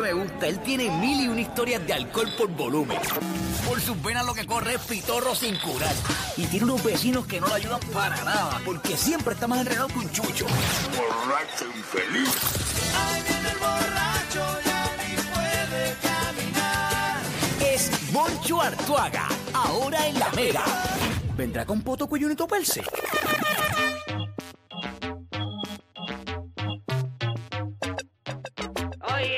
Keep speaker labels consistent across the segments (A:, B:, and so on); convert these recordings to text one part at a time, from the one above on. A: me gusta. Él tiene mil y una historias de alcohol por volumen. Por sus venas lo que corre es pitorro sin curar. Y tiene unos vecinos que no lo ayudan para nada, porque siempre está más enredado que un chucho.
B: borracho infeliz.
A: Es Moncho Artuaga, ahora en la mega. ¿Vendrá con Poto Cuyunito Perse?
C: Oye,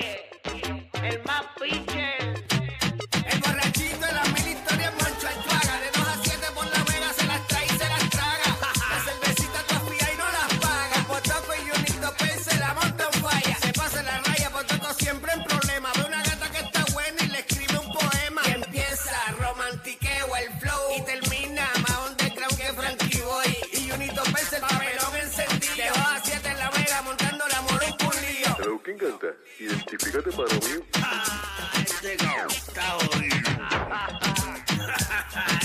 C: el más pitcher.
D: El borrachito de la mil historias Moncho Altuaga. De 2 a 7 por la vega se las trae y se las traga. La cervecita tofía y no las paga. Potoco y Junito Pérez se la monta en falla. Se pasa la raya, Potoco siempre en problema. Ve una gata que está buena y le escribe un poema. Y empieza romantiqueo el flow. Y termina más underground que Frankie Boy. Y Junito Pérez el papelón encendido. De 2 a 7 en la vega montando la moronca un lío.
B: Pero ¿quién canta? Identifícate para mí.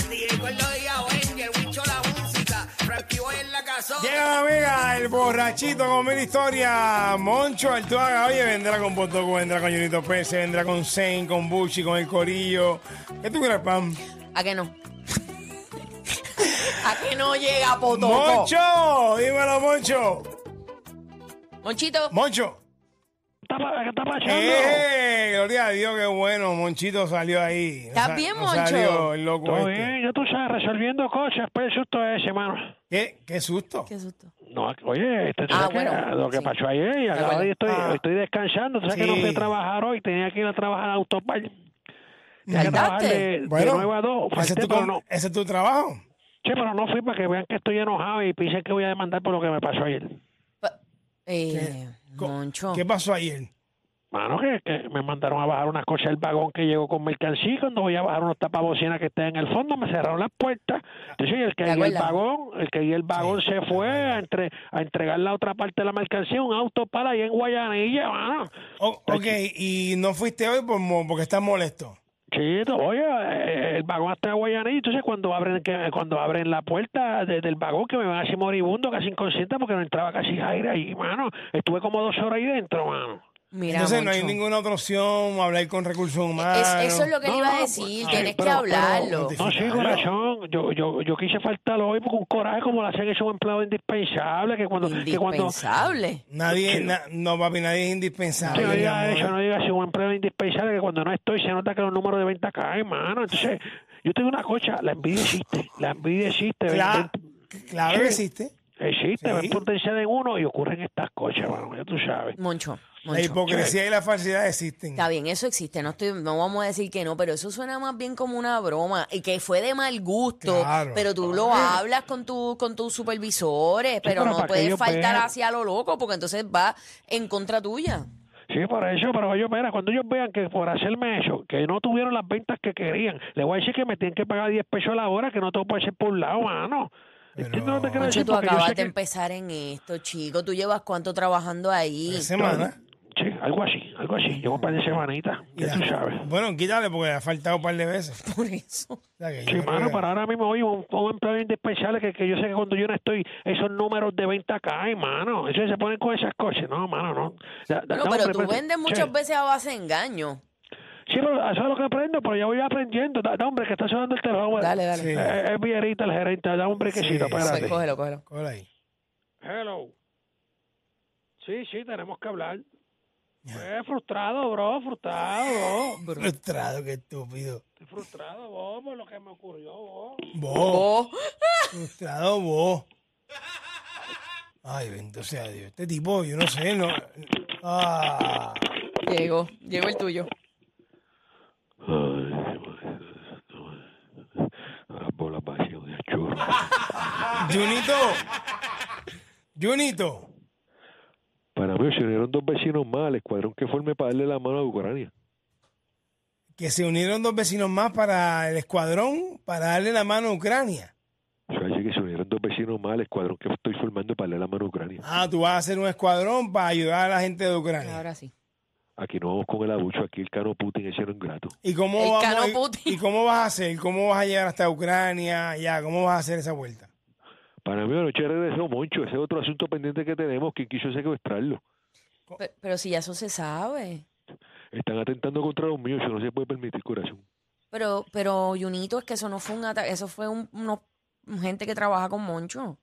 D: DJ Gordo Díaz Owen y el Huicho la música. Frankie Boy en la casona.
E: Llega la mega, el borrachito con mil historias, Moncho Altuaga. Oye, vendrá con Potoco, vendrá con Junito Pérez, vendrá con Zen, con Buchi, con El Corillo. ¿Qué tú crees, Pam?
F: ¿A qué no? ¿A qué no llega Potoco?
E: ¡Moncho! Dímelo, Moncho.
F: Monchito.
E: ¡Moncho! ¡Eh! Gloria a Dios, qué bueno. Monchito salió ahí.
F: ¿Estás
E: sa-
F: bien,
E: no
F: Moncho?
E: salió el loco
G: Todo
E: este.
G: bien, ya tú sabes, resolviendo cosas, pues el susto ese, mano.
E: ¿Qué, qué susto.
F: Qué susto.
G: No, oye, este, tú
F: Ah,
G: sabes que,
F: bueno,
G: lo que
F: sí.
G: pasó ayer, y ahora
F: acuerdo.
G: hoy estoy,
E: Ah.
G: estoy descansando, tú sabes que no fui
E: Sí.
G: a trabajar hoy, tenía que ir a trabajar a Autopar. Tenía
F: ¿Faltaste?
G: que trabajar de, de nueve a dos,
E: Eh, ese, es
G: falté,
E: tu,
G: pero
E: com-
G: no.
E: ese es tu trabajo.
G: Sí, pero no fui para que vean que estoy enojado y piensen que voy a demandar por lo que me pasó ayer.
F: Pa- Eh,
E: Co-
F: Moncho.
E: ¿Qué pasó ayer?
G: Mano, que, que me mandaron a bajar unas cosas del vagón que llegó con mercancía. y Cuando voy a bajar unos tapabocinas que están en el fondo, me cerraron las puertas. Entonces, el que
F: ¿Te
G: guía el
F: acuerdas?
G: vagón, el que guía el vagón se fue a, entre, a entregar la otra parte de la mercancía, un auto para ahí en Guayanilla, mano.
E: O- ok, y no fuiste hoy por, mo- porque estás molesto.
G: Chito, oye, eh, el vagón hasta Guayanilla. Entonces, cuando abren que, cuando abren la puerta de- del vagón, que me van así moribundo, casi inconsciente, porque no entraba casi aire ahí, mano. Estuve como dos horas ahí dentro, mano.
F: Mira,
E: Entonces no hay Ah,
F: Moncho.
E: ninguna otra opción, hablar con recursos humanos.
F: Es- eso es lo que le iba a decir.
G: pues,
F: Tienes
G: ay,
F: que
G: pero-
F: hablarlo.
E: pero-
G: No, sí,
E: Claro.
G: corazón. Yo, yo, yo quise faltar hoy con coraje como lo hacen esos empleados indispensables que cuando... Que cuando
F: Indispensable.
E: Nadie, na- no papi, nadie es
G: Sí,
E: indispensable.
G: no
E: mi
G: diga
E: amor.
G: eso, no diga si un empleo indispensable que cuando no estoy se nota que los números de venta caen, mano. Entonces, yo tengo una cosa, la envidia existe, la envidia existe. ven,
E: Cla-
G: ven,
E: claro que existe.
G: existe,
E: Sí.
G: ven potencial en uno y ocurren estas cosas, mano, ya tú sabes.
F: Moncho.
E: La
F: Moncho.
E: hipocresía y la falsedad existen.
F: Está bien, eso existe, no estoy, no vamos a decir que no, pero eso suena más bien como una broma y que fue de mal gusto,
E: Claro.
F: pero tú lo hablas con tu, con tus supervisores, pero,
G: pero
F: no
G: para que
F: puedes
G: ellos
F: faltar
G: vean.
F: hacia lo loco porque entonces va en contra tuya.
G: Sí, por eso, pero ellos, mira, cuando ellos vean que por hacerme eso, que no tuvieron las ventas que querían, les voy a decir que me tienen que pagar 10 pesos a la hora, que no todo puede ser por un lado, mano.
E: Pero-
G: ¿Entiendes lo que te quiero
F: Moncho,
G: decir?
F: tú
G: Porque yo sé
F: acabas de
G: que-
F: empezar en esto, chico, tú llevas cuánto trabajando ahí.
E: Tres semanas.
G: Sí, algo así, algo así. Llevo un par de semanitas,
E: Y
G: ya
E: la-
G: tú sabes.
E: Bueno, quítale porque ha faltado un par de veces.
F: Por eso.
E: O sea, que yo
G: Sí,
E: creo
G: mano,
E: que-
G: para ahora mismo, oye, un, un empleado indispensable que, que yo sé que cuando yo no estoy, esos números de venta caen, mano. Eso se ponen con esas cosas. No, mano, no. Ya- ya-
F: No,
G: estamos
F: pero tú
G: aprendiendo.
F: vendes
G: pues, Sí.
F: muchas veces a base de engaño.
G: Sí, pero eso es lo que aprendo, pero ya voy aprendiendo. Da, da, hombre, que está sonando el teléfono.
F: Dale, dale.
E: Sí.
G: Eh, es Vierita el gerente, da un
E: Sí,
G: brequecito, espérate.
F: Pues, cógelo, cógelo.
E: Cógela ahí.
G: Hello. Sí, sí, tenemos que hablar. Eh, frustrado, bro, frustrado, bro.
E: Frustrado, qué estúpido.
G: Estoy frustrado, bro, por lo que me ocurrió, bro.
E: Vos,
F: Oh,
E: frustrado vos. Ay, bendito sea Dios. Este tipo, yo no sé, no. Ah.
F: llegó, llegó
G: Oh.
F: el tuyo.
G: La bola pasión de churro.
E: Junito. Junito.
G: Para mí se unieron dos vecinos más al escuadrón que forme para darle la mano a Ucrania.
E: Que se unieron dos vecinos más para el escuadrón para darle la mano a Ucrania.
G: O sea, dice que se unieron dos vecinos más al escuadrón que estoy formando para darle la mano a Ucrania.
E: Ah, tú vas a hacer un escuadrón para ayudar a la gente de Ucrania.
F: Ahora sí.
G: Aquí no vamos con el abucho, aquí el cano Putin ese no es grato.
E: ¿Y cómo,
F: El
E: vamos,
F: Cano
E: y-
F: Putin.
E: ¿Y cómo vas a hacer? ¿Cómo vas a llegar hasta Ucrania? Ya, ¿cómo vas a hacer esa vuelta?
G: Para mí anoche regresó Moncho, ese es otro asunto pendiente que tenemos, quien quiso secuestrarlo.
F: Pe- Pero, si ya eso se sabe.
G: Están atentando contra los míos, eso no se puede permitir, corazón.
F: Pero, pero, Junito, es que eso no fue un ataque, eso fue un, unos- gente que trabaja con Moncho.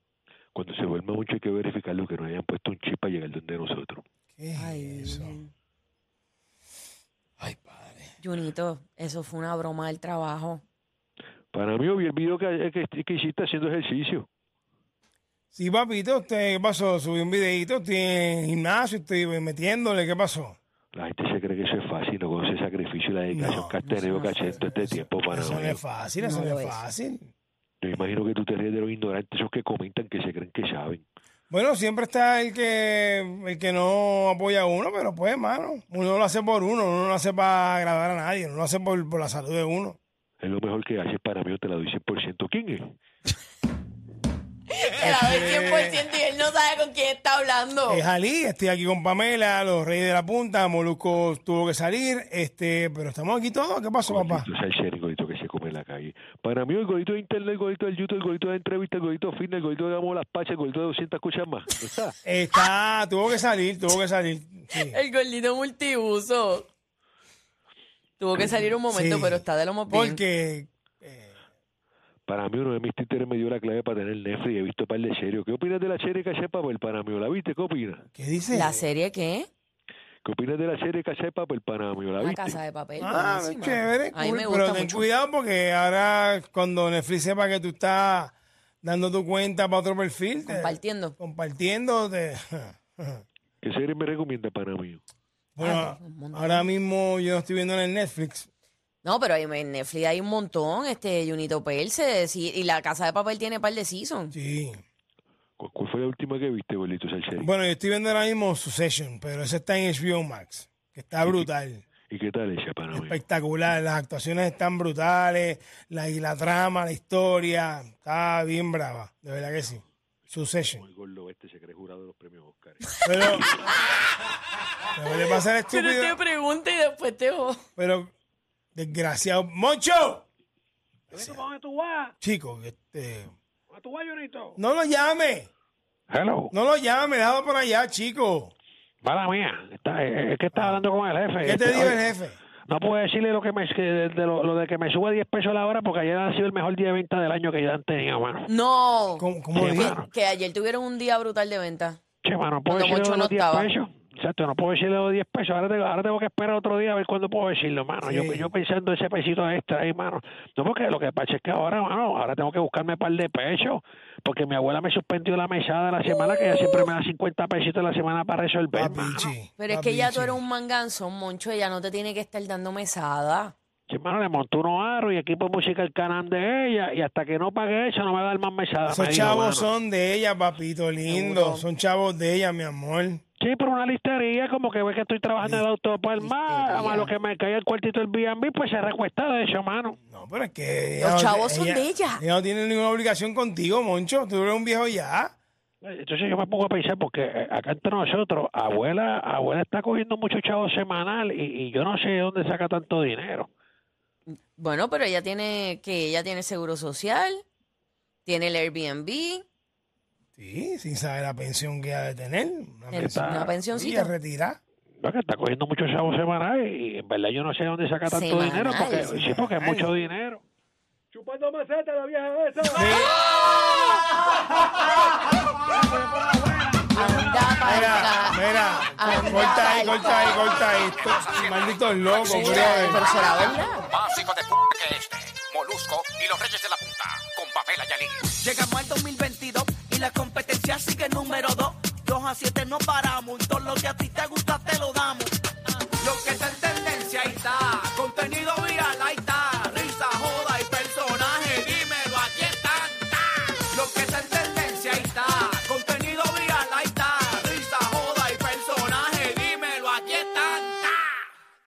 G: Cuando se vuelva mucho hay que verificarlo que no hayan puesto un chip para llegar donde nosotros.
E: ¿Qué es
F: Ay,
E: eso?
F: Virgen.
E: Ay, padre.
F: Junito, eso fue una broma del trabajo.
G: Para mí, vi el video que, eh, que, que hiciste haciendo ejercicio.
E: Sí, papito, usted, ¿qué pasó? Subí un videito, estoy en el gimnasio, estoy metiéndole, ¿qué pasó?
G: La gente se cree que eso es fácil, no conoce el sacrificio y la dedicación
E: No,
G: que has tenido que hacer todo este tiempo, para
E: Eso no es fácil,
F: No
E: eso no
F: lo
E: es
F: es.
E: fácil.
G: Yo imagino que tú te ríes de los ignorantes, esos que comentan que se creen que saben.
E: Bueno, siempre está el que el que no apoya a uno, pero pues, mano, uno lo hace por uno, uno no lo hace para agradar a nadie, uno lo hace por, por la salud de uno.
G: Es lo mejor que haces para mí, yo te la doy 100%. ¿Quién es?
F: Te la doy 100% y él no sabe con quién está hablando.
G: Eh,
E: Es Ali, estoy aquí con Pamela, los Reyes de la Punta, Molusco tuvo que salir, este, pero estamos aquí todos, ¿qué pasó, papá?
G: Gordito salsero, el gordito que se come en la calle. Para mí, el gordito de internet, el gordito del YouTube, el gordito de entrevista, el gordito de fitness, el gordito de damos las pachas, el gordito de 200 escuchas más. ¿No está?
E: Está, tuvo que salir, tuvo que salir. sí.
F: El gordito multiuso. Tuvo que salir un momento,
E: Sí.
F: pero está de lo más bien.
E: Porque
G: Para mí, uno de mis títeres me dio la clave para tener Netflix y he visto un par de series. ¿Qué opinas de la serie Casa de Papel? Para mí, ¿la viste? ¿Qué opinas?
E: ¿Qué dice?
F: ¿La serie qué?
G: ¿Qué opinas de la serie Casa de Papel? Para mí,
F: Una
G: ¿la viste?
F: casa de papel.
E: Ah,
F: buenísima.
E: chévere.
F: A mí
E: cool,
F: me
E: pero
F: gusta
E: ten
F: mucho.
E: cuidado porque ahora cuando Netflix sepa que tú estás dando tu cuenta para otro perfil, te-
F: Compartiendo.
E: compartiendo, te-
G: ¿Qué serie me recomienda para mí?
E: bueno,
F: Ah, un montón.
E: ahora mismo yo no estoy viendo en el Netflix.
F: No, pero ahí en Netflix hay un montón. Este, Junito Perse. sí, y la casa de papel tiene par de seasons.
E: Sí.
G: ¿Cu- ¿Cuál fue la última que viste, gordito salsero?
E: Bueno, yo estoy viendo ahora mismo Succession, pero esa está en HBO Max, que está brutal,
G: ¿Y qué tal esa para mí?
E: espectacular. Las actuaciones están brutales, la, y la trama, la historia, está bien brava, de verdad que sí. Succession.
G: El gordo este se cree jurado de los premios Oscar.
E: Pero. Me voy a pasar estúpido.
F: pregunta y después te voy.
E: Pero, desgraciado. ¡Moncho!
G: ¿Para dónde tú vas?
E: Chico, este.
G: ¿A tú vas, Llorito?
E: No lo llame.
G: Hello.
E: No lo llame, déjalo por allá, chico.
G: Mala mía, está, eh, es que estaba hablando con el jefe.
E: Ah. ¿Qué te
G: Este,
E: dijo el
G: oye,
E: jefe?
G: No puedo decirle lo que me que de, de lo, lo de que me sube 10 pesos la hora porque ayer ha sido el mejor día de venta del año que yo han tenido, mano.
F: No.
E: ¿Cómo, cómo
G: Sí,
E: dijo?
G: mano.
F: Que ayer tuvieron un día brutal de venta.
G: Che, mano, no puedo
F: Cuando
G: decirle
F: Moncho
G: lo de los
F: no
G: 10
F: estaba.
G: pesos. Exacto, no puedo decirle los 10 pesos. Ahora tengo, ahora tengo que esperar otro día a ver cuándo puedo decirlo, mano. Yo,
E: Sí.
G: yo pensando ese pesito extra ahí, mano. No, porque lo que pasa es que ahora, mano, ahora tengo que buscarme un par de pesos. Porque mi abuela me suspendió la mesada la semana, que ella siempre me da 50 pesitos la semana para resolver, mano.
E: Papichi.
F: Pero es que ya tú
E: papichi.
F: eres un manganzón, Moncho. Ella no te tiene que estar dando mesada.
G: Sí, hermano, le montó unos aros y equipo musical canal de ella y hasta que no pague eso no me va a dar más mesada. me
E: Esos
G: dijo,
E: chavos
G: mano.
E: son de ella, papito lindo.
F: Seguro.
E: Son chavos de ella, mi amor.
G: Sí, por una listería, como que ve que estoy trabajando en el auto para el
F: Listería.
G: mar, más lo que me caía el cuartito del B&B, pues se recuesta de eso, mano.
E: No, pero es que. ella
F: Los
E: no-
F: chavos son de ella.
E: Ella no tiene ninguna obligación contigo, Moncho. Tú eres un viejo ya.
G: Entonces yo me pongo a pensar, porque eh, acá entre nosotros, abuela abuela está cogiendo mucho chavo semanal y, y yo no sé de dónde saca tanto dinero.
F: Bueno, pero ella tiene que ella tiene seguro social, tiene el Airbnb,
E: Sí, sin saber la pensión que ha de tener. Una
F: tiene una
E: Sí, a
F: pensioncita.
E: retirar.
G: No, que está cogiendo mucho chavo semanal y en verdad yo no sé de dónde saca tanto
F: Semanal,
G: dinero, porque sí,
E: semanal.
G: porque es mucho dinero. Chupando maceta la vieja esa.
F: Anda pa'l
E: Mira,
F: ca-
E: mira,
F: Anda
E: corta ahí,
F: pa'l
E: corta ahí, corta ahí. Estos Malditos locos,
F: Sí,
E: brother.
F: pero será verdad.
H: Más hijo de p que este. Molusco y los Reyes de la Punta. Con Pamela Yalí.
I: Llegamos al 2022 y la competencia sigue número 2. 2 a 7 no paramos, un todos los días ti-